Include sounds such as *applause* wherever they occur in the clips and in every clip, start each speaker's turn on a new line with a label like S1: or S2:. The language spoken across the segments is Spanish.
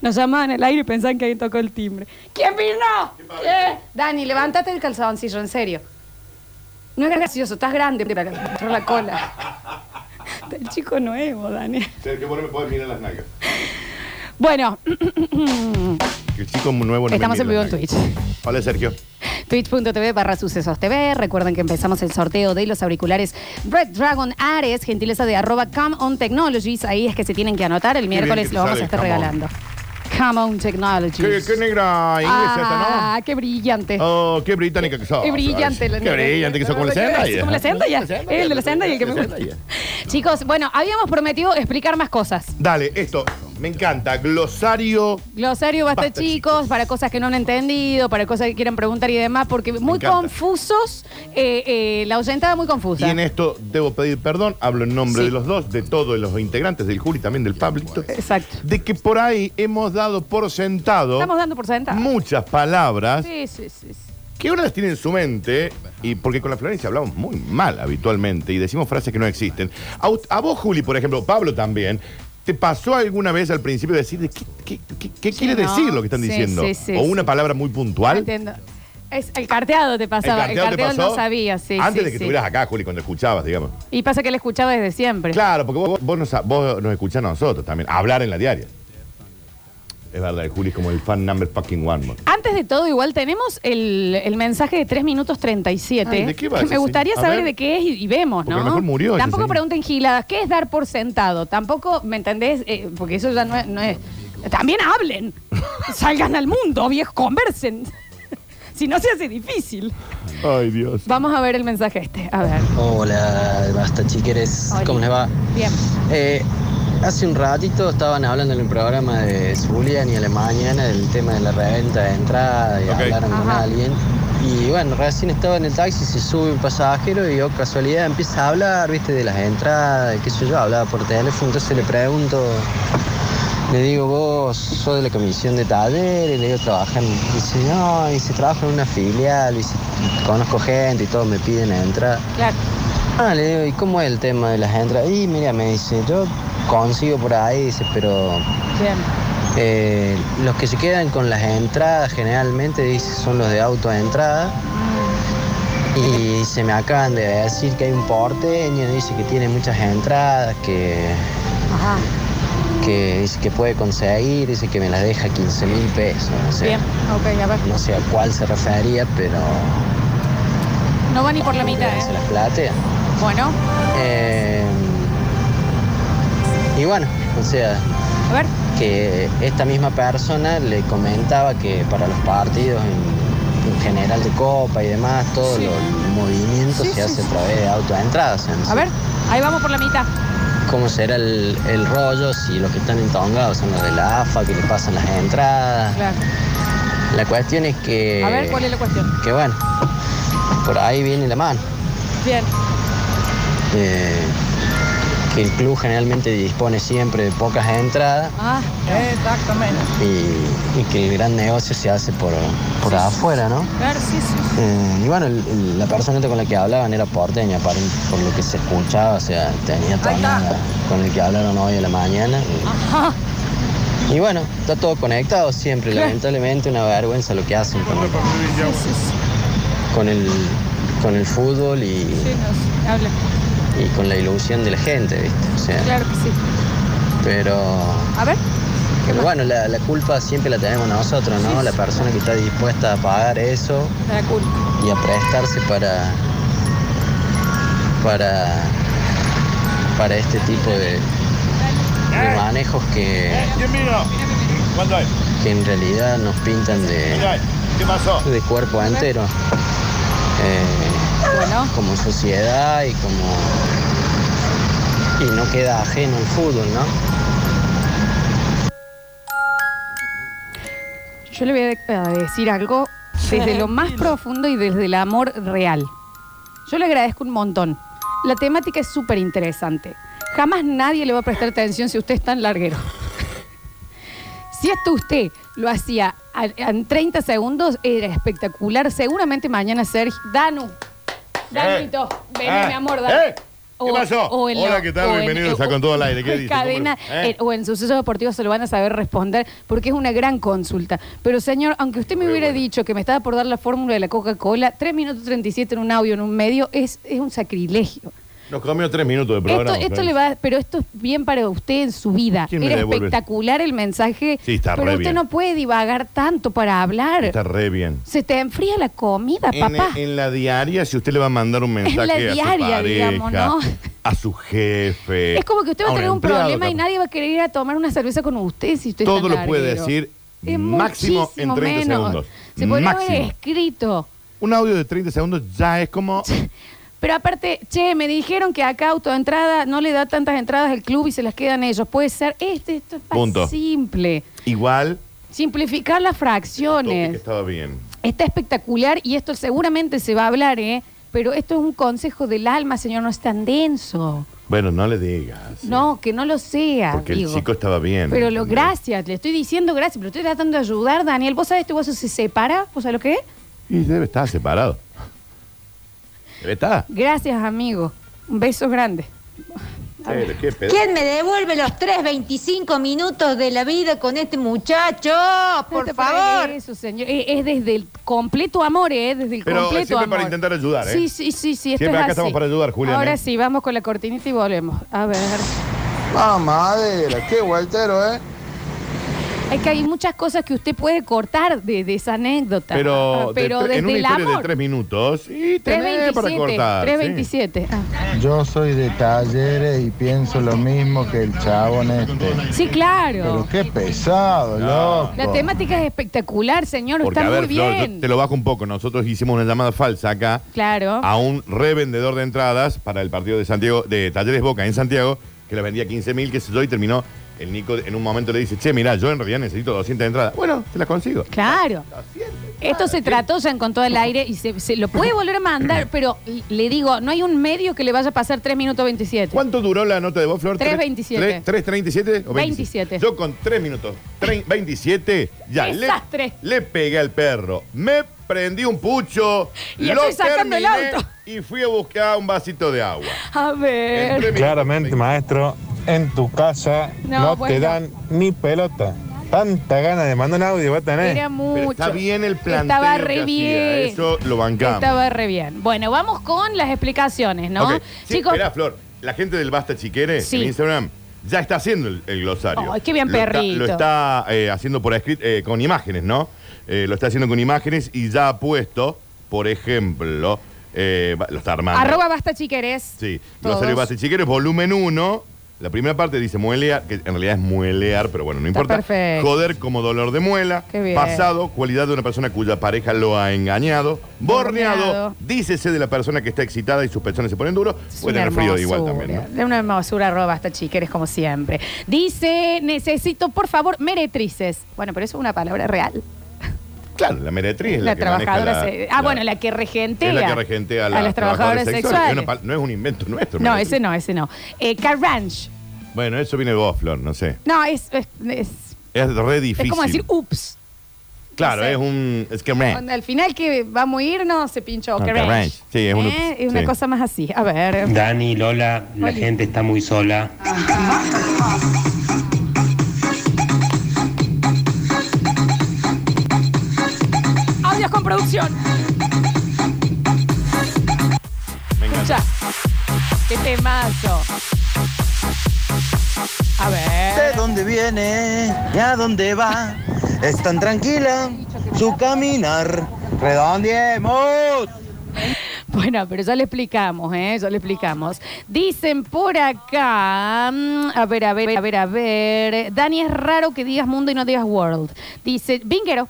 S1: Nos llamaban al aire y pensaban que alguien tocó el timbre. ¿Quién vino? ¿Quién? Dani, levántate del calzoncillo, en serio. No es gracioso, estás grande para mostrar la cola. Está el chico nuevo, Dani.
S2: Che, Qué bueno me puedes mirar las nalgas.
S1: Bueno, *clears throat*
S2: El chico nuevo no me
S1: Estamos
S2: mira
S1: en vivo
S2: las
S1: en
S2: nalgas.
S1: Twitch.
S2: Hola, Sergio.
S1: Twitch.tv barra sucesos TV. Recuerden que empezamos el sorteo de los auriculares Red Dragon Ares, gentileza de arroba Come On Technologies. Ahí es que se tienen que anotar. El
S2: bien
S1: miércoles
S2: que te
S1: lo vamos
S2: sale,
S1: a estar
S2: come on.
S1: regalando. Come On Technologies.
S2: Qué, qué negra inglesa
S1: ah,
S2: esta,
S1: qué brillante.
S2: ¿no? Oh, qué británica que sos.
S1: Qué brillante la
S2: Qué brillante que sos como la senda.
S1: Como la
S2: *laughs*
S1: Zendaya. El de la senda y el que me gusta. Chicos, bueno, habíamos prometido explicar más cosas.
S2: Dale, esto me encanta. Glosario.
S1: Glosario basta,
S2: Basta,
S1: chicos,
S2: chicos.
S1: para cosas que no han entendido, para cosas que quieran preguntar y demás, porque muy
S2: encanta.
S1: confusos, eh, eh, la ausentada muy
S2: Y
S1: confusa.
S2: en esto debo pedir perdón, hablo en nombre
S1: Sí.
S2: de los dos, de todos los integrantes del Juli, también del Pablito,
S1: Exacto.
S2: de que por ahí hemos dado por sentado
S1: Estamos dando por sentado.
S2: muchas palabras
S1: Sí, sí, sí. sí.
S2: que uno las tiene en su mente, y porque con la Florencia hablamos muy mal habitualmente y decimos frases que no existen. A, ut- a vos, Juli, por ejemplo, Pablo también, ¿te pasó alguna vez al principio decir de qué, qué- qué- qué
S1: Sí,
S2: quiere
S1: ¿no?
S2: decir lo que están
S1: Sí,
S2: diciendo?
S1: sí, sí,
S2: o una
S1: sí.
S2: palabra muy puntual.
S1: Entiendo. Es, el carteado te pasaba. El carteado,
S2: te pasó?
S1: no sabía, sí.
S2: Antes
S1: sí,
S2: de que
S1: sí.
S2: estuvieras acá, Juli, cuando escuchabas, digamos.
S1: Y pasa que él escuchaba desde siempre.
S2: Claro, porque vos, vos nos, vos nos escuchás a nosotros también, hablar en la diaria. Es verdad, el Juli es como el fan number fucking one. man.
S1: Antes de todo, igual tenemos el, el mensaje de 3 minutos 37.
S2: Ay, ¿de qué va
S1: que
S2: ese,
S1: me gustaría
S2: sí? A
S1: saber
S2: ver.
S1: de qué es y, y vemos,
S2: Porque
S1: ¿no?
S2: a lo mejor murió ese
S1: Tampoco
S2: señor.
S1: pregunten giladas. ¿Qué es dar por sentado? Tampoco, ¿me entendés? Eh, porque eso ya no es. no es- También
S2: *laughs*
S1: hablen. Salgan al mundo, viejos, conversen. *laughs* si no se hace difícil.
S2: Ay, Dios.
S1: Vamos a ver el mensaje este. A ver.
S3: Hola, basta chiqueres,
S1: Hola.
S3: ¿cómo les va?
S1: Bien.
S3: Eh, hace un ratito estaban hablando en el programa de Zulian y a la mañana del tema de la reventa de entrada y
S2: Ok.
S3: hablaron con
S1: Ajá.
S3: alguien. Y bueno, recién estaba en el taxi, se sube un pasajero y yo casualidad empieza a hablar, viste, de las entradas, qué sé yo, hablaba por teléfono, entonces le pregunto, le digo, vos sos de la comisión de talleres, le digo, trabajan. Dice, no, dice, trabajo en una filial, dice, conozco gente y todos me piden entrada.
S1: Claro.
S3: Ah, le digo, ¿y cómo es el tema de las entradas? Y mira, me dice, yo consigo por ahí, dice, pero
S1: Bien.
S3: eh, los que se quedan con las entradas generalmente dice, son los de auto de entrada. Y se me acaban de decir que hay un porteño, dice que tiene muchas entradas, que,
S1: Ajá.
S3: que dice que puede conseguir, dice que me las deja 15 mil pesos. no sé.
S1: Bien. Ok, a ver.
S3: No sé a cuál se refería, pero
S1: No va ni por la mitad,
S3: se
S1: ¿eh?
S3: las platea.
S1: Bueno.
S3: Eh, y bueno, o sea,
S1: A ver.
S3: que esta misma persona le comentaba que para los partidos en, en general de copa y demás, todo
S1: Sí.
S3: lo- el movimiento
S1: Sí, sí,
S3: se hace
S1: sí.
S3: a través de autoentradas.
S1: A ver. Ahí vamos por la mitad.
S3: ¿Cómo será el, el rollo si los que están entongados son los de la AFA que le pasan las entradas?
S1: Claro.
S3: La cuestión es que.
S1: A
S2: Eh.
S1: ver, ¿cuál es la cuestión?
S3: Que bueno, por ahí viene la mano.
S1: Bien.
S3: eh, que el club generalmente dispone siempre de pocas entradas
S1: Ah, exactamente.
S3: y, y que el gran negocio se hace por, por afuera, ¿no?
S1: Claro, sí, sí.
S3: Eh, y bueno, el- el- la persona esta con la que hablaban era porteña, por, por lo que se escuchaba, o sea, tenía
S1: Ahí está.
S3: tonada con el que hablaron hoy a la mañana.
S1: Ajá. Ah.
S3: Y, y bueno, está todo
S1: *laughs*
S3: conectado siempre, lamentablemente una vergüenza lo que hacen con,
S1: Sí, sí, sí.
S3: con el, con el fútbol y,
S1: Sí, nos habla.
S3: y con la ilusión de la gente, ¿viste? O sea,
S1: Claro que sí.
S3: pero
S1: A ver.
S3: Pero bueno, la, la culpa siempre la tenemos nosotros, ¿no?
S1: Sí,
S3: La
S1: sí.
S3: persona que está dispuesta a pagar eso
S1: Está cool.
S3: y a prestarse para. para. para este tipo de, de manejos que,
S2: ¿Quién vino? ¿Cuándo es?
S3: que en realidad nos pintan de,
S2: ¿Qué pasó?
S3: de cuerpo entero. Eh,
S1: Bueno.
S3: como sociedad y como. y no queda ajeno el fútbol, ¿no?
S1: Yo le voy a de- a decir algo desde lo más profundo y desde el amor real. Yo le agradezco un montón. La temática es súper interesante. Jamás nadie le va a prestar atención si usted es tan larguero. *laughs* Si esto usted lo hacía a- en 30 segundos, era espectacular. Seguramente mañana Sergio. Danu. Danito, vení, mi amor, Danu.
S2: Eh, ¿Qué pasó?
S1: o en
S2: Hola,
S1: lo-
S2: ¿qué
S1: o
S2: tal?
S1: en-
S2: Bienvenidos a
S1: o-
S2: Con Todo al Aire. ¿Qué
S1: o en
S2: dice?
S1: cadena,
S2: ¿Cómo le- eh?
S1: eh, o en sucesos deportivos se lo van a saber responder porque es una gran consulta. Pero señor, aunque usted me
S2: Muy
S1: hubiera
S2: bueno.
S1: dicho que me estaba por dar la fórmula de la Coca-Cola, 3 minutos 37 en un audio, en un medio, es, es un sacrilegio.
S2: Nos comió tres minutos de
S1: Esto,
S2: programa.
S1: esto
S2: Florencia.
S1: le va, pero esto es bien para usted en su vida.
S2: ¿Quién me
S1: Era
S2: devuelve?
S1: espectacular el mensaje,
S2: Sí, está
S1: pero
S2: re
S1: usted
S2: bien.
S1: no puede divagar tanto para hablar.
S2: Está re bien.
S1: Se te enfría la comida,
S2: En, e-
S1: papá.
S2: en la diaria, si usted le va a mandar un mensaje
S1: la
S2: a su
S1: diaria,
S2: pareja,
S1: digamos, ¿no?
S2: a su jefe.
S1: es como que usted va a tener un,
S2: empleado,
S1: problema y
S2: capaz.
S1: nadie va a querer ir a tomar una cerveza con usted si usted es
S2: Todo
S1: tan
S2: lo puede
S1: larguero.
S2: decir
S1: Es
S2: máximo en
S1: muchísimo
S2: 30
S1: menos.
S2: segundos.
S1: Se podría haber
S2: Máximo.
S1: escrito.
S2: Un audio de 30 segundos ya
S1: *laughs*
S2: es como.
S1: Pero aparte, che, me dijeron que acá autoentrada no le da tantas entradas al club y se las quedan ellos. Puede ser, este, esto es más
S2: Punto.
S1: simple.
S2: Igual.
S1: Simplificar las
S2: Topic
S1: fracciones.
S2: estaba bien.
S1: Está espectacular y esto seguramente se va a hablar, ¿eh? Pero esto es un consejo del alma, señor, no es tan denso.
S2: Bueno, no le digas.
S1: No, que no lo sea.
S2: Porque
S1: digo.
S2: el chico estaba bien.
S1: Pero lo
S2: ¿entendés?
S1: gracias, le estoy diciendo gracias, pero estoy tratando de ayudar, Daniel. ¿Vos sabés este hueso se separa? ¿Vos sabés lo que es?
S2: Y debe estar separado. Debe estar.
S1: Gracias, amigo. Un beso grande. A ver.
S2: Pero qué pedo.
S4: ¿Quién me devuelve los 3.25 minutos de la vida con este muchacho? Por
S1: Está para
S4: favor.
S1: Eso, señor. Eh, Es, desde el completo amor, ¿eh? Desde el
S2: Pero
S1: completo
S2: siempre
S1: amor.
S2: para intentar ayudar, ¿eh?
S1: Sí, sí, sí, sí. esto
S2: Siempre
S1: es
S2: acá
S1: así.
S2: estamos para ayudar, Julián,
S1: Ahora
S2: ¿eh?
S1: sí, vamos con la cortinita y volvemos. A ver.
S5: Ah, madera, qué vueltero, ¿eh?
S1: Es que hay muchas cosas que usted puede cortar de, de esa anécdota. Ah,
S2: Pero,
S1: pero
S2: de tre-
S1: desde
S2: en una
S1: el
S2: historia
S1: amor.
S2: de tres minutos, y tenés para
S1: 327.
S2: cortar. sí.
S1: 327. Ah.
S5: Yo soy de talleres y pienso lo mismo que el chabón este.
S1: Sí, claro.
S5: Pero qué pesado, loco.
S1: La temática es espectacular, señor.
S2: Porque,
S1: Está
S2: a ver,
S1: muy
S2: Flor, yo
S1: bien.
S2: te lo bajo un poco. Nosotros hicimos una llamada falsa acá
S1: Claro.
S2: a un revendedor de entradas para el partido de Santiago, de Talleres Boca en Santiago, que la vendía 15 mil, qué sé yo, y terminó. El Nico en un momento le dice, che, mirá, yo en realidad necesito 200 entradas. Bueno, te las consigo.
S1: Claro. Esto se trató ya en todo el aire y se, se lo puede volver a mandar, pero le digo, no hay un medio que le vaya a pasar 3 minutos 27.
S2: ¿Cuánto duró la nota de vos, Flor?
S1: 3.27.
S2: 3.37
S1: 27.
S2: o 27. Yo con 3 minutos tre- 27 ya le,
S1: Desastre.
S2: le pegué al perro. Me prendí un pucho.
S1: *laughs* Y estoy sacando el auto.
S2: Y fui a buscar un vasito de agua.
S1: A ver.
S2: Entre eh, mi-
S6: Claramente, maestro, en tu casa
S1: No,
S6: no,
S1: bueno.
S6: te dan ni pelota. Tanta gana de mandar un audio va a tener.
S1: Era mucho.
S2: Pero está bien el planteo
S1: Estaba
S2: que
S1: re
S2: hacía,
S1: bien.
S2: Eso lo bancamos.
S1: Estaba re bien. Bueno, vamos con las explicaciones, ¿no?
S2: Ok, sí, Esperá, Flor. La gente del Basta Chiquere
S1: Sí.
S2: en Instagram ya está haciendo el, el glosario.
S1: Ay, qué bien
S2: Lo está-
S1: perrito.
S2: Lo está, eh, haciendo por escrito, eh, con imágenes, ¿no? Eh, lo está haciendo con imágenes y ya ha puesto, por ejemplo, eh, va- lo está armando.
S1: Arroba basta chiqueres.
S2: Sí,
S1: Todos.
S2: glosario Basta Chiquere, volumen 1. La primera parte dice muelear, que en realidad es muelear, pero bueno, no
S1: Está
S2: importa.
S1: perfecto.
S2: Joder como dolor de muela.
S1: Qué bien.
S2: Pasado, cualidad de una persona cuya pareja lo ha engañado. Borneado,
S1: Borneado.
S2: dícese de la persona que está excitada y sus pezones se ponen duros.
S1: Es
S2: Puede
S1: una
S2: tener frío
S1: hermosura.
S2: igual también. ¿no?
S1: Es una hermosura, arroba hasta chiqueres, como siempre. Dice, necesito, por favor, meretrices. Bueno, pero eso es una palabra real.
S2: Claro, la meretriz es la,
S1: La
S2: que maneja
S1: trabajadora
S2: la-
S1: se- Ah, bueno, la que regentea.
S2: es la que regentea a, las trabajadoras sexuales. Es una pal- no es un invento nuestro.
S1: No,
S2: meretriz.
S1: ese no, ese no. Eh, Car Ranch.
S2: Bueno, eso viene de vos, Flor, no sé.
S1: No, es, es, es-
S2: Es re
S1: es
S2: difícil.
S1: como decir ups.
S2: claro,
S1: no sé.
S2: es un... Es que me-
S1: Cuando al final que vamos a irnos, se pinchó.
S2: No,
S1: Car
S2: Car
S1: Ranch.
S2: Ranch. Sí, es un
S1: Eh,
S2: ups,
S1: es una
S2: sí.
S1: cosa más así. A ver.
S7: Dani, Lola, la
S1: Oli.
S7: gente está muy sola.
S1: Audios con producción.
S2: me encanta.
S1: Escucha. Qué temazo. A
S8: ¿De
S1: ver.
S8: dónde viene y a dónde va? Es tan tranquila su caminar. ¡Redondiemos!
S1: Bueno, pero ya le explicamos, ¿eh? Ya le explicamos. Dicen por acá. mm, A ver, a ver, a ver, a ver. Dani, es raro que digas mundo y no digas world. Dice, Vinguero.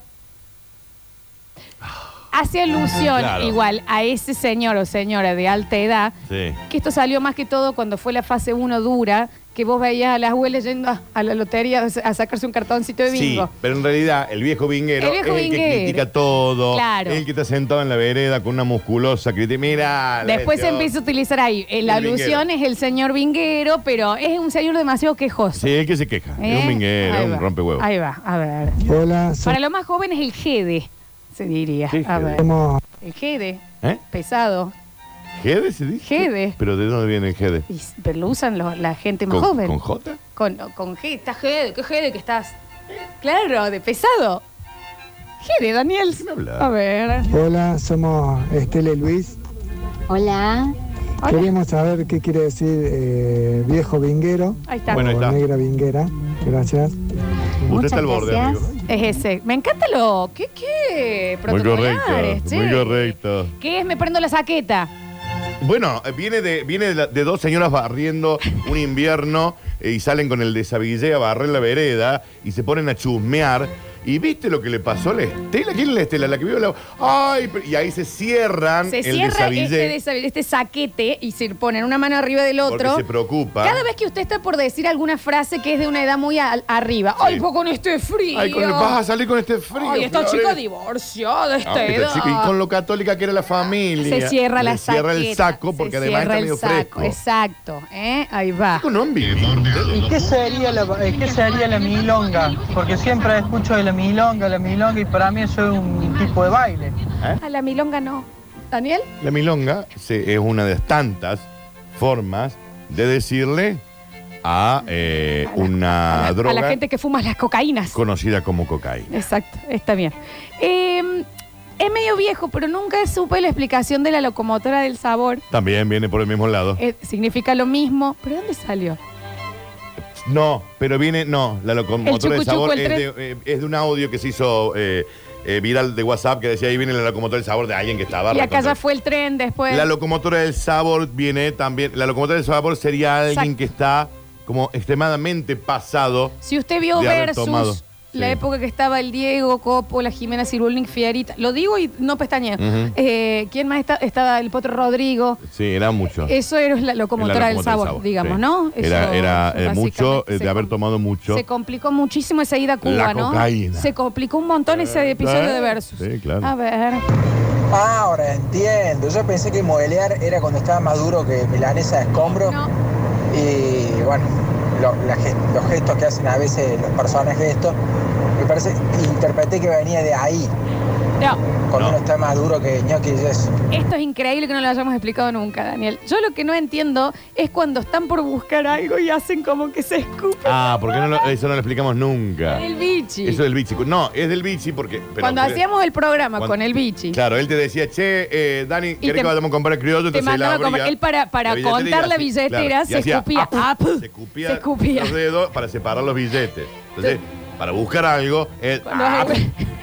S1: Hace alusión
S2: Ah. Claro.
S1: igual a ese señor o señora de alta edad
S2: Sí.
S1: que esto salió más que todo cuando fue la fase 1 dura, que vos veías a las abuelas yendo a, a la lotería a sacarse un cartoncito de bingo.
S2: Sí, pero en realidad el viejo vinguero
S1: El viejo
S2: es el
S1: vinguero.
S2: que critica todo.
S1: Claro.
S2: El que está sentado en la vereda con una musculosa critica. Mira. la
S1: Después se
S2: bestia.
S1: empieza a utilizar ahí. Eh, La
S2: El
S1: alusión
S2: vinguero.
S1: es el señor vinguero, pero es un señor demasiado quejoso.
S2: Sí, el que se queja.
S1: ¿Eh?
S2: Es un vinguero,
S1: Ahí
S2: es un
S1: va.
S2: rompehuevo.
S1: Ahí va, a ver.
S6: Hola,
S1: Para los más jóvenes, el GD, se diría.
S2: ¿Qué
S1: a
S2: GD?
S1: ver. El GD,
S2: ¿Eh?
S1: pesado.
S2: ¿Gede se dice?
S1: Gede.
S2: ¿Pero de dónde viene Gede?
S1: Y s- pero lo usan los- la gente más
S2: ¿Con,
S1: joven.
S2: ¿Con J?
S1: Con, con G, estás Gede, ¿qué Gede que estás? Claro, de pesado. Gede, Daniel.
S2: ¿Quién habla?
S1: A ver.
S9: Hola, somos Estela y Luis.
S10: Hola.
S1: Hola.
S9: Queremos saber qué quiere decir eh, viejo vinguero
S1: Ahí está.
S2: Bueno, ahí
S9: o
S2: está.
S9: negra vinguera. Gracias.
S2: Usted está
S10: Muchas
S2: al borde,
S10: gracias.
S2: amigo.
S1: Es ese. Me encanta lo. ¿Qué? ¿Qué?
S2: Muy
S1: Protocolares,
S2: correcto.
S1: che.
S2: Muy correcto.
S1: ¿Qué es? Me prendo la saqueta.
S2: Bueno, eh, viene de, viene de, la- de dos señoras barriendo un invierno eh, y salen con el desabillé a barrer la vereda y se ponen a chusmear. ¿Y viste lo que le pasó a la Estela? ¿Quién es la Estela? La que vio la... ¡Ay! pero- Y ahí se cierran
S1: Se
S2: el
S1: cierra
S2: desabillé.
S1: este, desabi- este saquete y se ponen una mano arriba del otro.
S2: Porque se preocupa.
S1: Cada vez que usted está por decir alguna frase que es de una edad muy al- arriba. ¡Ay, pues con este frío!
S2: Ay, con el- vas a salir con este frío.
S1: Ay, esta
S2: Flores.
S1: chica divorciada, esta
S2: Ah, esta
S1: edad.
S2: chica, y con lo católica que era la familia.
S1: se cierra la
S2: Le cierra el
S1: saqueta,
S2: saco
S1: se
S2: porque además
S1: cierra
S2: está
S1: el
S2: medio
S1: saco,
S2: fresco.
S1: Exacto, ¿eh? Ahí va.
S2: Con un
S3: ¿Y qué sería, la, eh, qué sería la milonga? Porque siempre escucho de la milonga, la milonga, y para mí eso es un tipo de baile.
S2: ¿Eh?
S1: A la milonga no. ¿Daniel?
S2: La milonga se- es una de las tantas formas de decirle a, eh,
S1: a,
S2: una
S1: la,
S2: droga
S1: a la gente que fuma las cocaínas.
S2: conocida como cocaína.
S1: Exacto, está bien. Eh, es medio viejo, pero nunca supe la explicación de la locomotora del sabor.
S2: También viene por el mismo lado.
S1: Eh, significa lo mismo. ¿Pero dónde salió?
S2: No, pero viene, no, la locomotora
S1: El
S2: del sabor
S1: chucu,
S2: es
S1: el
S2: de, eh, es de un audio que se hizo eh, eh, viral de WhatsApp que decía ahí viene la locomotora del sabor de alguien que estaba.
S1: y acá
S2: recontra-
S1: ya fue el tren después.
S2: La locomotora del sabor viene también. La locomotora del sabor sería alguien
S1: Exacto.
S2: que está como extremadamente pasado.
S1: si usted vio
S2: de haber tomado.
S1: versus la
S2: Sí.
S1: época que estaba el Diego, Copo, la Jimena Cirulnik, Fierita, lo digo y no pestañeo.
S2: Ujú.
S1: Eh, ¿Quién más está- estaba? El Potro Rodrigo.
S2: Sí, era mucho.
S1: Eso era la locomotora,
S2: Era
S1: del,
S2: locomotora
S1: sabor, digamos,
S2: sí.
S1: ¿no? Eso,
S2: Era, era eh,
S1: básicamente,
S2: mucho, eh,
S1: se
S2: de haber
S1: com-
S2: tomado mucho.
S1: Se complicó muchísimo esa ida a Cuba,
S2: La
S1: ¿no?
S2: cocaína.
S1: Se complicó un montón ese episodio
S2: Eh,
S1: de Versus. Ah.
S2: sí, claro.
S1: A ver.
S3: Ahora entiendo, yo pensé que modelear era cuando estaba más duro que milanesa de escombro.
S1: No.
S3: Y bueno, lo- la ge- los gestos que hacen a veces los personajes estos, me parece, interpreté que venía de ahí,
S1: No,
S3: cuando
S2: No.
S3: uno está más duro que ñoqui y eso.
S1: esto es increíble que no lo hayamos explicado nunca, Daniel. Yo lo que no entiendo es cuando están por buscar algo y hacen como que se escupen
S2: Ah, porque no lo- eso no lo explicamos nunca.
S1: el bichi.
S2: Ah. Eso del bichi. No, es del bichi porque. pero-
S1: cuando
S2: pero-
S1: hacíamos el programa
S2: cuando-
S1: con el bichi.
S2: Claro, él te decía, che, eh, Dani, ¿querés
S1: te-
S2: que vayamos a comprar el criollo?
S1: Te
S2: Entonces él
S1: mandaba a
S2: abría
S1: comer. Él para, para
S2: la billetera y
S1: contar la
S2: así,
S1: billetera
S2: claro, y
S1: se,
S2: hacía,
S1: escupía,
S2: ah,
S1: ah, puh,
S2: se escupía.
S1: Se escupía.
S2: los dedos para separar los billetes. Entonces, para buscar algo, él.
S1: Cuando
S2: ah,
S1: hace- *laughs*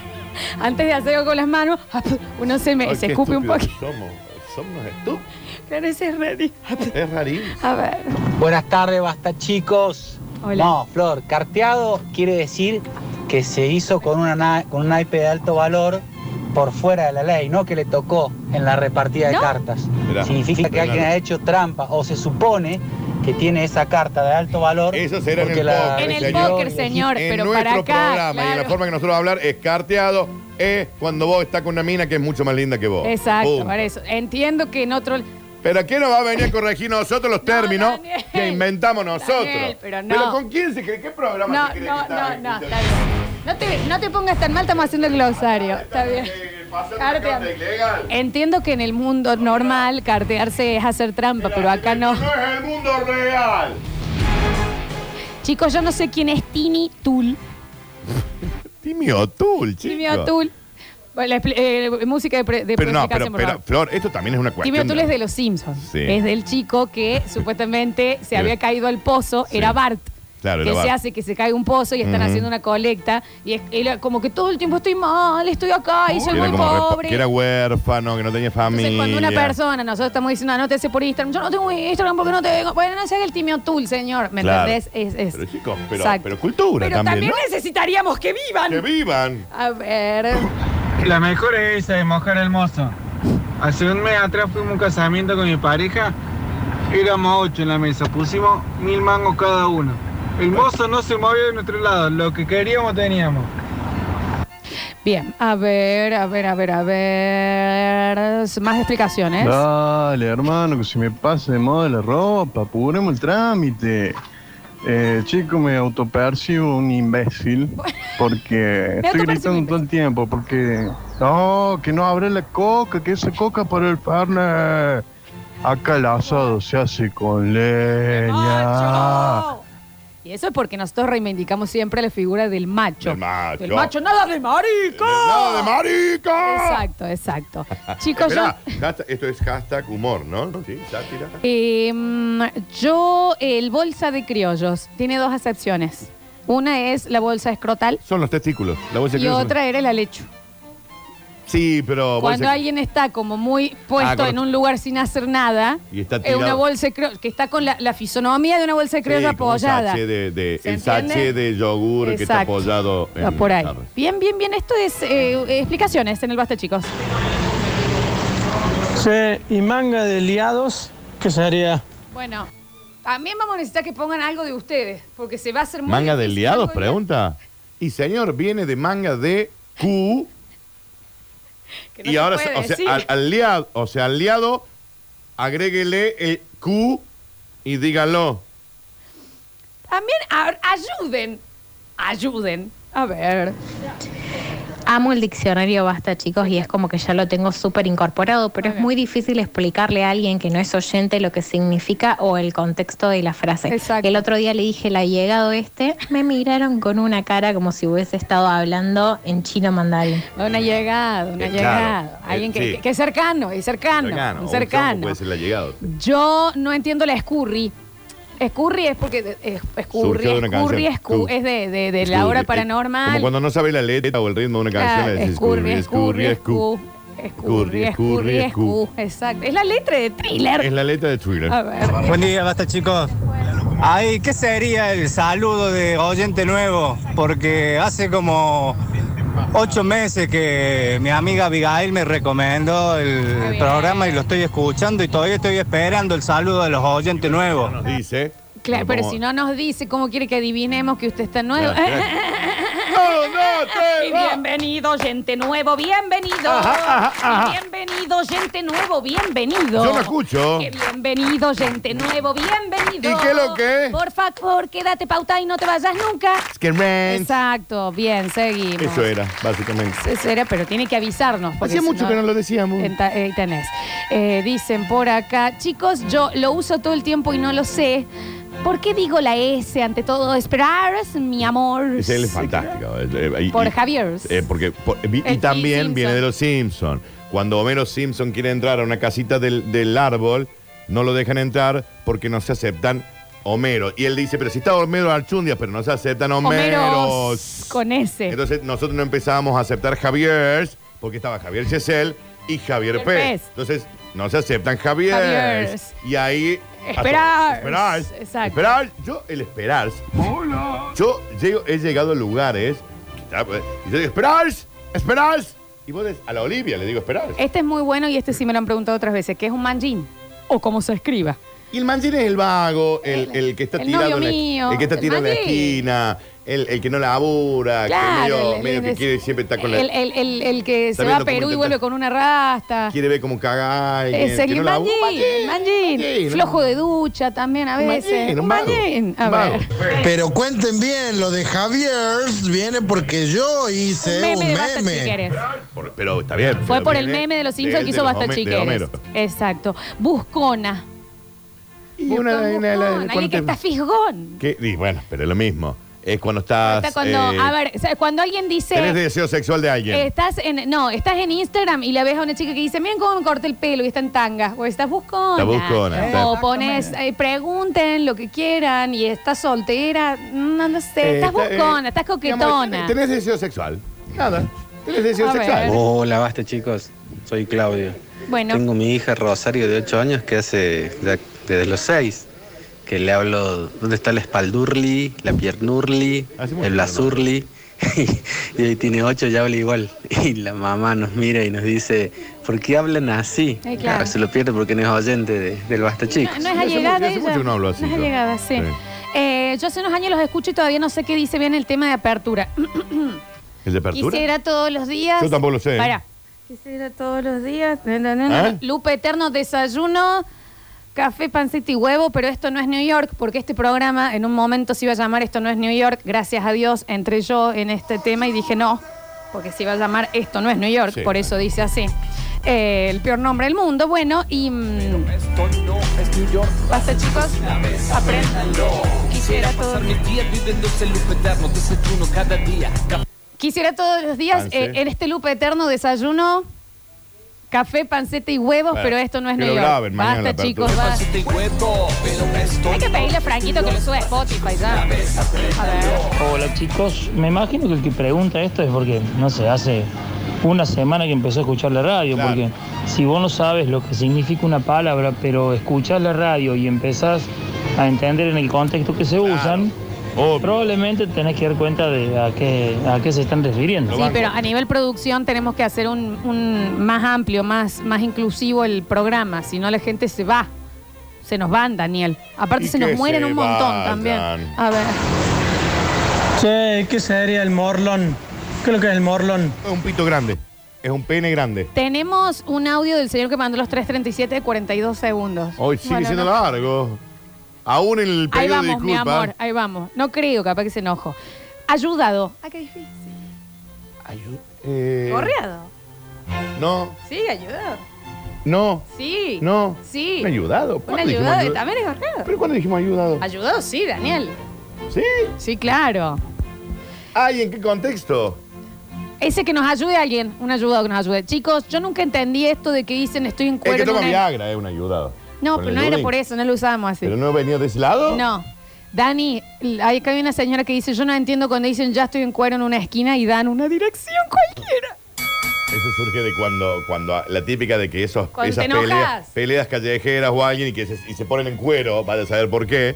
S1: Antes de hacerlo con las manos, ah, puh, uno se, me,
S2: Ay,
S1: se
S2: qué
S1: escupe un
S2: estúpidos
S1: poquito.
S2: que Somos, somos estúpidos.
S1: Claro, ese es ready.
S2: *laughs* Es rarísimo.
S1: A ver.
S3: Buenas tardes, basta chicos.
S1: Hola.
S3: No, Flor, carteado quiere decir que se hizo con, una na- con un naipe de alto valor por fuera de la ley, no que le tocó en la repartida de
S1: ¿No?
S3: cartas.
S2: Mirá.
S3: Significa que
S2: Claro.
S3: alguien ha hecho trampa o se supone que tiene esa carta de alto valor.
S2: Eso será en
S3: porque
S2: el
S3: la-
S2: póker,
S1: En el
S2: señor.
S1: póker, señor,
S2: en
S1: pero
S2: nuestro
S1: para acá.
S2: programa y en la
S1: claro.
S2: forma que nosotros vamos a hablar es carteado es cuando vos estás con una mina que es mucho más linda que vos.
S1: Exacto,
S2: Pum.
S1: para eso. Entiendo que en otro.
S2: Pero aquí nos va a venir a corregir nosotros los términos
S1: Daniel.
S2: que inventamos nosotros.
S1: Daniel, pero no.
S2: con quién se cree? ¿Qué
S1: No,
S2: programa
S1: no,
S2: se cree que
S1: no,
S2: está?
S1: no, está bien. No te, no te pongas tan mal, estamos haciendo el glosario. Está bien. Eh,
S2: Eh, pasando la
S1: Carteando.
S2: carta ilegal.
S1: Entiendo que en el mundo normal cartearse es hacer trampa, pero acá no.
S2: No es el mundo real.
S1: Chicos, yo no sé quién es Tini Tul.
S2: Timio Tul, chico.
S1: Timmy O'Toole. Bueno, la expli- eh, música de, pre- de
S2: Pero no, pero,
S1: planificación, por
S2: pero,
S1: favor.
S2: Flor, esto también es una cuestión.
S1: Timmy O'Toole es de los Simpsons.
S2: Sí.
S1: Es del chico
S2: *laughs*
S1: que supuestamente se
S2: Era-
S1: había caído al pozo,
S2: Sí.
S1: era Bart.
S2: Claro,
S1: que
S2: era
S1: se
S2: Bart.
S1: hace que se caiga un pozo y están
S2: Ujú.
S1: haciendo una colecta. Y es, él como que todo el tiempo estoy mal, estoy acá y soy
S2: Que era
S1: muy
S2: como repa-
S1: pobre.
S2: Que era huérfano, que no tenía familia.
S1: Entonces, cuando una persona, nosotros estamos diciendo, anótese por Instagram, yo no tengo Instagram porque no tengo. Bueno, no se haga el Timmy O'Toole, señor. ¿Me
S2: Claro.
S1: entendés? Es, es-
S2: Pero chicos, pero-
S1: Exacto.
S2: pero cultura
S1: Pero
S2: también,
S1: también,
S2: ¿no?
S1: necesitaríamos que vivan.
S2: ¡Que vivan!
S1: A ver.
S9: La mejor es esa de mojar el mozo. Hace un mes atrás fuimos a un casamiento con mi pareja. Éramos ocho en la mesa, pusimos mil mangos cada uno. El mozo no se movió de nuestro lado, lo que queríamos teníamos.
S1: Bien, a ver, a ver, a ver, a ver. Más explicaciones.
S9: Dale, hermano, que se me pase de moda la ropa, apuremos el trámite. Eh, chico, me autopercibo
S1: *laughs*
S9: un imbécil porque
S1: Me
S9: estoy
S1: autopercibo
S9: gritando todo el tiempo porque no, que no abre la coca, que esa coca para el partner.
S10: Acá el asado se hace con leña.
S1: ¡Macho! Y eso es porque nosotros reivindicamos siempre la figura del macho.
S2: Del macho.
S1: Del macho, nada de marico.
S2: ¡Nada de marica!
S1: Exacto,
S2: *laughs*
S1: exacto. Chicos, yo,
S2: Esperá, hashtag- esto es hashtag humor, ¿no? Sí, sátira.
S1: eh, mm, yo, el bolsa de criollos, tiene dos acepciones. Una es la bolsa escrotal
S2: Son los testículos. La bolsa
S1: y
S2: que no se-
S1: otra era la lecho.
S2: Sí, pero.
S1: Cuando
S2: bolsa-
S1: alguien está como muy puesto
S2: correcto.
S1: en un lugar sin hacer nada,
S2: Y está
S1: es una
S2: tirado.
S1: bolsa de criollos, que está con la, la fisonomía de una bolsa de
S2: Sí,
S1: criollos
S2: como un
S1: apoyada.
S2: sachet de, de-
S1: ¿Se
S2: el sachet
S1: entiende?
S2: de yogur que está
S1: Exacto.
S2: apoyado
S1: Ah,
S2: en
S1: por ahí.
S2: Claro.
S1: Bien, bien, bien. Esto es eh, explicaciones en el Basta, chicos.
S11: Sí, y manga de liados, que sería
S1: Bueno, también vamos a necesitar que pongan algo de ustedes, porque se va a hacer muy
S2: ¿Manga de
S1: difícil
S2: liados?
S1: algo de-
S2: Pregunta. Y señor, viene de manga de Q.
S1: que no
S2: y
S1: se
S2: ahora,
S1: puede
S2: o sea,
S1: decir.
S2: al, al liado, o sea, al liado, agréguele el Q y dígalo.
S1: También a- ayuden, ayuden. A ver.
S12: Amo el diccionario Basta, chicos, y es como que ya lo tengo súper incorporado, pero es muy difícil explicarle a alguien que no es oyente lo que significa o el contexto de la frase. El otro día le dije el allegado este, me miraron con una cara como si hubiese estado hablando en chino mandarín.
S1: Una llegada, una
S12: Eh,
S1: llegada.
S12: claro.
S1: Alguien
S12: Eh,
S1: que,
S12: sí.
S1: que- que es cercano, es cercano,
S2: Cercano.
S1: un
S2: O
S1: cercano.
S2: chongo puede ser la llegada.
S1: Yo no entiendo la escurri. Escurri es porque de- es, escurri,
S2: Surgió de una
S1: escurri, escu-
S2: canción. Escu-
S1: es de, de- de la hora
S2: Escurri. eh,
S1: paranormal.
S2: Como cuando no sabe la letra o el ritmo de una canción, le
S1: Claro,
S2: decís
S1: escurri, escurri,
S2: escurri, escu.
S1: escu. Escurri, escurri, escu. Exacto. Es la letra de
S2: Es
S1: thriller.
S2: la letra de Twitter.
S1: A ver.
S13: Buen día, basta chicos. Ay, ¿qué sería el saludo de oyente nuevo? Porque hace como ocho meses que mi amiga Abigail me recomendó el programa y lo estoy escuchando y todavía estoy esperando el saludo de los oyentes nuevos.
S2: Dice.
S1: Claro, pero si no nos dice cómo quiere que adivinemos que usted está nuevo.
S13: Claro,
S1: *laughs*
S2: ¡No, no,
S1: Y bienvenido, gente nuevo, bienvenido.
S2: Ajá, ajá, ajá.
S1: Y Bienvenido, gente nuevo, bienvenido.
S2: Yo lo escucho.
S1: Que bienvenido, gente nuevo, bienvenido.
S2: ¿Y qué es lo que es?
S1: Por favor, quédate pauta y no te vayas nunca.
S2: Que ranch.
S1: Exacto, bien, seguimos.
S2: Eso era, básicamente.
S1: Eso era, pero tiene que avisarnos. porque
S2: Hacía
S1: si
S2: mucho que no lo decíamos.
S1: Enta- ahí tenés. Eh, dicen por acá, chicos, yo lo uso todo el tiempo y no lo sé. ¿Por qué digo la S ante todo? Esperar, mi amor.
S2: Ese él es fantástico. Eh, eh, y-
S1: Por
S2: y-
S1: Javier.
S2: eh, porque, por- y, y
S1: El
S2: también
S1: Simpson.
S2: viene de los Simpsons. Cuando Homero Simpson quiere entrar a una casita del, del árbol, no lo dejan entrar porque no se aceptan Homero. Y él dice, pero si está Homero Archundia, pero no se aceptan Homeros.
S1: Homeros, con S.
S2: Entonces nosotros no empezábamos a aceptar Javier, porque estaba Javier Chesel y Javier
S1: Javier
S2: Pérez.
S1: Pez.
S2: Entonces no se aceptan Javier.
S1: Javiers.
S2: Y ahí...
S1: Esperar.
S2: Esperar.
S1: Exacto.
S2: Esperar. Yo, el esperar. Yo llego- he llegado a lugares que está- y yo digo, esperar, esperar. Y vos des- a la Olivia le digo, esperar.
S1: Este es muy bueno y este sí me lo han preguntado otras veces, que es un manjín. O cómo se escriba.
S2: Y el manjín es el vago, el, el que está
S1: El
S2: tirado
S1: novio
S2: en la,
S1: mío,
S2: el que está
S1: el
S2: tirado en la
S1: manjín.
S2: esquina, el, el que no labura,
S1: Claro,
S2: que medio,
S1: el- el-
S2: medio que
S1: el-
S2: quiere siempre estar con la...
S1: El, el- el- el que
S2: Está
S1: se va a
S2: viendo cómo
S1: Perú y
S2: intenta-
S1: vuelve con una rasta.
S2: quiere ver cómo caga alguien,
S1: Es
S2: que
S1: el
S2: no labura.
S1: manjín, manjín.
S2: manjín,
S1: Flojo de ducha también a
S2: Un
S1: veces.
S2: manjín, un
S1: Un
S2: vago,
S1: manjín. A
S2: un vago.
S1: ver.
S14: Pero cuenten bien, lo de Javier viene porque yo hice
S1: Meme
S14: un
S1: de Basta
S14: meme.
S1: Chiqueres.
S2: Por- pero está bien.
S1: Fue
S2: pero
S1: por el
S2: viene
S1: meme de los
S2: de
S1: Simpsons
S2: él,
S1: que
S2: de
S1: hizo
S2: los
S1: Basta
S2: Home- de
S1: Chiqueres.
S2: Homero.
S1: Exacto. Buscona.
S2: Y una-
S1: Buscón,
S2: una- la-
S1: buscón.
S2: la-
S1: Alguien que
S2: cuando te-
S1: está fisgón.
S2: Que- y bueno, pero es lo mismo. Es cuando estás.
S1: Está cuando,
S2: eh,
S1: a ver, Este, ¿sabes? cuando alguien dice.
S2: Tenés deseo sexual de alguien.
S1: Estás en, no, estás en Instagram y la ves a una chica que dice, miren cómo me corté el pelo y está en tanga. O estás buscona.
S2: Está buscona, está-
S1: O pones, eh, pregunten lo que quieran y estás soltera. Mm, No lo sé,
S2: Eh,
S1: estás
S2: está- eh,
S1: buscona, estás coquetona.
S15: eh,
S2: digamos, tenés deseo sexual. Nada. Tenés deseo
S1: A ver.
S2: sexual.
S15: Hola, basta chicos. Soy Claudio.
S1: Bueno.
S15: Tengo mi hija Rosario de 8 años que hace ya desde los 6 que le hablo dónde está la espaldurli, la piernurli, el blazurli. *laughs* y ahí tiene 8 y habla igual. Y la mamá nos mira y nos dice, ¿por qué hablan así?
S1: Eh, claro.
S15: Ah, se lo pierde porque no es oyente de- del basta chicos.
S1: No, no es allegada
S15: hace
S1: ella.
S15: mucho que no hablo así,
S1: es
S15: yo.
S1: allegada, sí.
S15: Sí.
S1: Eh, yo hace unos años los escucho y todavía no sé qué dice bien el tema de apertura.
S2: ¿El de apertura?
S1: Quisiera todos los días.
S2: Yo tampoco lo sé.
S1: Pará. Quisiera todos los días. na, na, na, na.
S2: ¿Eh?
S1: Lupe eterno, desayuno, café, panceta y huevo, pero esto no es New York, porque este programa en un momento se iba a llamar Esto no es New York. Gracias a Dios entré yo en este tema y dije no, porque se iba a llamar Esto no es New York,
S2: Sí,
S1: por eso dice así. eh, el peor nombre del mundo. Bueno, y. mm, Basta, chicos. Aprendan. Quisiera todo. Quisiera todos los días
S2: Pancé.
S1: eh, en este loop eterno desayuno, café, panceta y huevos,
S2: Bueno,
S1: pero esto no es
S2: que lo
S1: New York.
S2: graben mañana en la
S1: Basta, chicos,
S2: apertura.
S1: basta. Hay que pedirle a Franquito que lo suba a Spotify ya. A ver.
S16: Hola chicos, me imagino que el que pregunta esto es porque, no sé, hace una semana que empezó a escuchar la radio, porque si vos no sabes lo que significa una palabra, pero escuchás la radio y empezás a entender en el contexto que se usan, probablemente tenés que dar cuenta de a qué, a qué se están refiriendo.
S1: Sí, pero a nivel producción tenemos que hacer un, un más amplio, más, más inclusivo el programa, si no la gente se va. Se nos van, Daniel. Aparte
S11: Y
S1: se nos
S11: que
S1: mueren
S11: se
S1: un montón
S11: vayan.
S1: también. A ver.
S11: Che, ¿qué sería el morlón? ¿Qué es lo que es el morlón?
S2: Es un pito grande. Es un pene grande.
S1: Tenemos un audio del señor que mandó los 337 de 42 segundos.
S2: Hoy sigue
S1: Bueno,
S2: siendo
S1: no-
S2: largo. Aún en el
S1: Ahí
S2: periodo de
S1: vamos, mi
S2: disculpa.
S1: amor, ahí vamos. No creo, capaz que se enojo. Ayudado. Ah, qué difícil.
S2: Eh,
S1: Gorreado.
S2: No,
S1: Sí, ayudado.
S2: no.
S1: Sí.
S2: No.
S1: Sí.
S2: Un ayudado.
S1: Un
S2: ¿Cuándo dijimos
S1: ayudado y
S2: ayudado?
S1: también es gorreado.
S2: ¿Pero cuándo dijimos ayudado?
S1: Ayudado, sí, Daniel.
S2: ¿Sí?
S1: Sí, claro.
S2: Ay, ¿en qué contexto?
S1: Ese que nos ayude a alguien, un ayudado que nos ayude. Chicos, yo nunca entendí esto de que dicen estoy en
S2: El
S1: cuero.
S2: que
S1: en
S2: toma
S1: una-
S2: Viagra es un ayudado.
S1: No,
S2: Con
S1: pero
S2: el
S1: no era
S2: Durin.
S1: por eso, no lo usábamos así.
S2: ¿Pero no venía de ese lado?
S1: No. Dani, l- ahí acá hay una señora que dice, yo no entiendo cuando dicen ya estoy en cuero en una esquina y dan una dirección cualquiera.
S2: Eso surge de cuando, cuando la típica de que esos,
S1: Cuando
S2: esas
S1: te enojas.
S2: peleas, peleas callejeras o alguien y que se, y se ponen en cuero, vaya a saber por qué.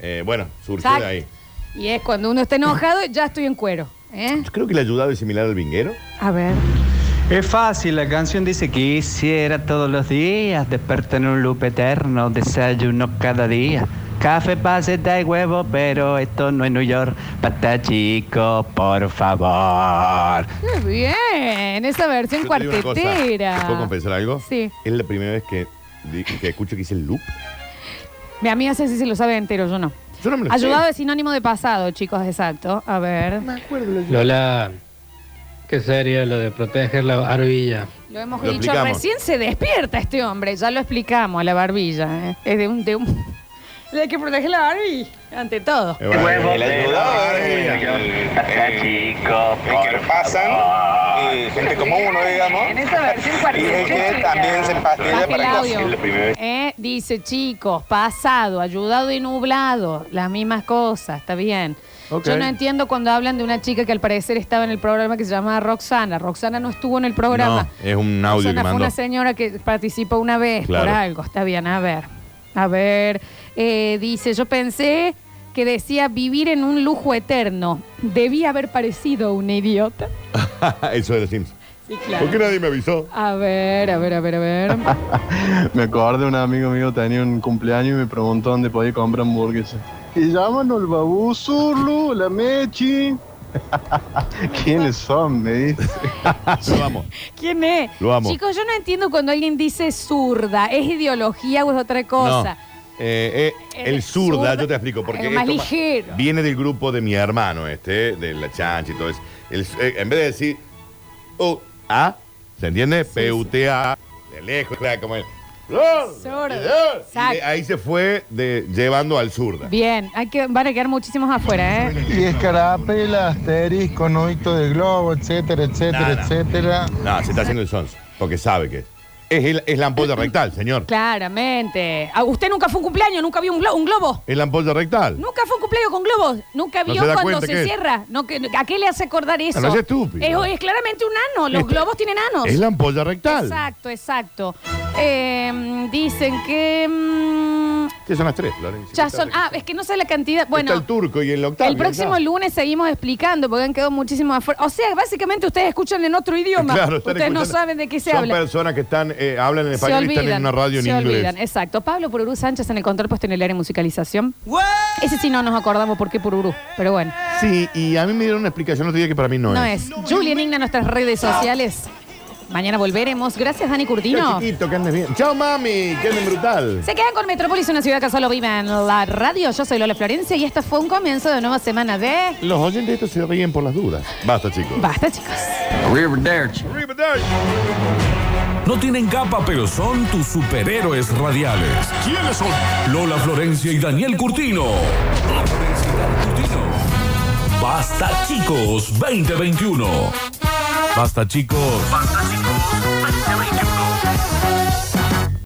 S2: Eh, bueno, surge
S1: Exacto.
S2: de ahí.
S1: Y es cuando uno está enojado, ya estoy en cuero. ¿eh?
S2: Creo que el ayudado es similar al vinguero.
S1: A ver.
S13: Es fácil, la canción dice que hiciera todos los días, despertar en un loop eterno, desayuno cada día. Café, paseta y huevo, pero esto no es New York. Pata chico, por favor.
S1: Qué bien, esa versión
S2: Yo te digo una cosa,
S1: cuartetera.
S2: ¿te ¿Puedo confesar algo?
S1: Sí.
S2: Es la primera vez que, di- que escucho que hice el loop.
S1: Mi amiga Ceci se lo sabe entero, yo no.
S2: Yo no me lo sé.
S1: Ayudado es sinónimo de pasado, chicos, exacto. A ver.
S17: Lola, ¿qué sería lo de proteger la barbilla?
S1: Lo hemos
S17: Lo
S1: dicho,
S17: explicamos.
S1: recién se despierta este hombre, ya lo explicamos, la barbilla. ¿eh? Es de un... De un... *laughs* Hay que proteger la barbilla, ante todo.
S8: El ayudador es el, chico, que pasan y gente como uno, digamos. Y el que también se pastilla
S1: Baja el
S8: para
S1: audio. Eh, Dice, chicos, pasado, ayudado y nublado, las mismas cosas, está bien.
S2: Ok.
S1: Yo no entiendo cuando hablan de una chica que al parecer estaba en el programa que se llamaba Roxana. Roxana no estuvo en el programa.
S2: No, es un audio
S1: Roxana
S2: que
S1: fue
S2: mandó.
S1: una señora que participó una vez por
S2: Claro.
S1: algo, está bien, a ver. A ver, eh, dice, yo pensé que decía vivir en un lujo eterno. Debía haber parecido una idiota.
S8: *laughs*
S2: Eso de los Sims.
S1: Sí,
S2: ¿Por qué nadie me *laughs* avisó?
S1: A ver, a ver, a ver, a
S2: *laughs*
S1: ver.
S10: Me acordé, un amigo mío tenía un cumpleaños y me preguntó dónde podía comprar hamburguesas. Y llaman al babú Zurlu, la Mechi. *laughs* ¿Quiénes son? Me dice.
S2: Ah, vamos.
S1: ¿Quién es?
S10: Lo amo.
S1: Chicos, yo no entiendo cuando alguien dice zurda. ¿Es ideología o es otra cosa?
S2: Eh, eh, el zurda,
S1: zurda,
S2: yo te explico. Porque
S1: el más
S2: esto va-
S1: ligero.
S2: Viene del grupo de mi hermano, este, de la chancha y todo eso. El- eh, en vez de decir U, A, ¿se entiende? P, U, T, A, de lejos, *laughs* claro, como el.
S1: Zurda.
S2: Y de
S1: Exacto.
S2: ahí se fue de, llevando al zurda.
S1: Bien, hay que, van a quedar muchísimos afuera, ¿eh?
S5: Y escarapela, asterisco, nudito de globo, etcétera, etcétera,
S2: No, no.
S5: etcétera.
S2: No, se está haciendo el sons, porque sabe que es. Es, el- es la ampolla rectal, señor.
S1: Claramente. Ah, ¿Usted nunca fue a un cumpleaños? ¿Nunca vio un, glo- un globo?
S2: Es la ampolla rectal.
S1: ¿Nunca fue a un cumpleaños con globos? ¿Nunca
S2: No
S1: vio
S2: se da
S1: cuando
S2: cuenta
S1: se
S2: que es.
S1: cierra? No, que- ¿A qué le hace acordar eso?
S2: No, no sea estúpido. Este,
S1: Es, es claramente un ano. Los globos tienen anos.
S2: Es la ampolla rectal.
S1: Exacto, exacto. Eh, dicen que... mm,
S2: Sí, son las tres, Florencia.
S1: ya son... Ah, es que no sé la cantidad. Bueno...
S2: Está el turco y el octavo.
S1: El próximo lunes seguimos explicando porque han quedado muchísimos afuera. O sea, básicamente ustedes escuchan en otro idioma.
S2: *laughs* Claro, están
S1: ustedes no
S2: escuchando.
S1: saben de qué se
S2: Son
S1: habla.
S2: personas que están, eh, hablan en español y están en una radio en
S1: se
S2: inglés.
S1: olvidan, exacto. Pablo Pururú Sánchez en el control puesto en el área de musicalización. Ese sí no nos acordamos por qué Pururú, pero bueno.
S2: Sí, y a mí me dieron una explicación otro día que para mí no,
S1: No
S2: es.
S1: es. Julian Igna, nuestras redes sociales. Mañana volveremos. Gracias, Dani
S2: Chao,
S1: Curtino.
S2: chiquito, que andes bien. Chao, mami, que andes brutal.
S1: Se quedan con Metrópolis, una ciudad que solo vive en la radio. Yo soy Lola Florencia y esta fue un comienzo de nueva semana de...
S2: Los oyentes de esto se ríen por las dudas. Basta, chicos.
S1: Basta, chicos.
S2: Arrivederci.
S13: No tienen capa, pero son tus superhéroes radiales. ¿Quiénes son? Lola Florencia y Daniel Curtino. Basta chicos 2021. Basta chicos. Basta chicos.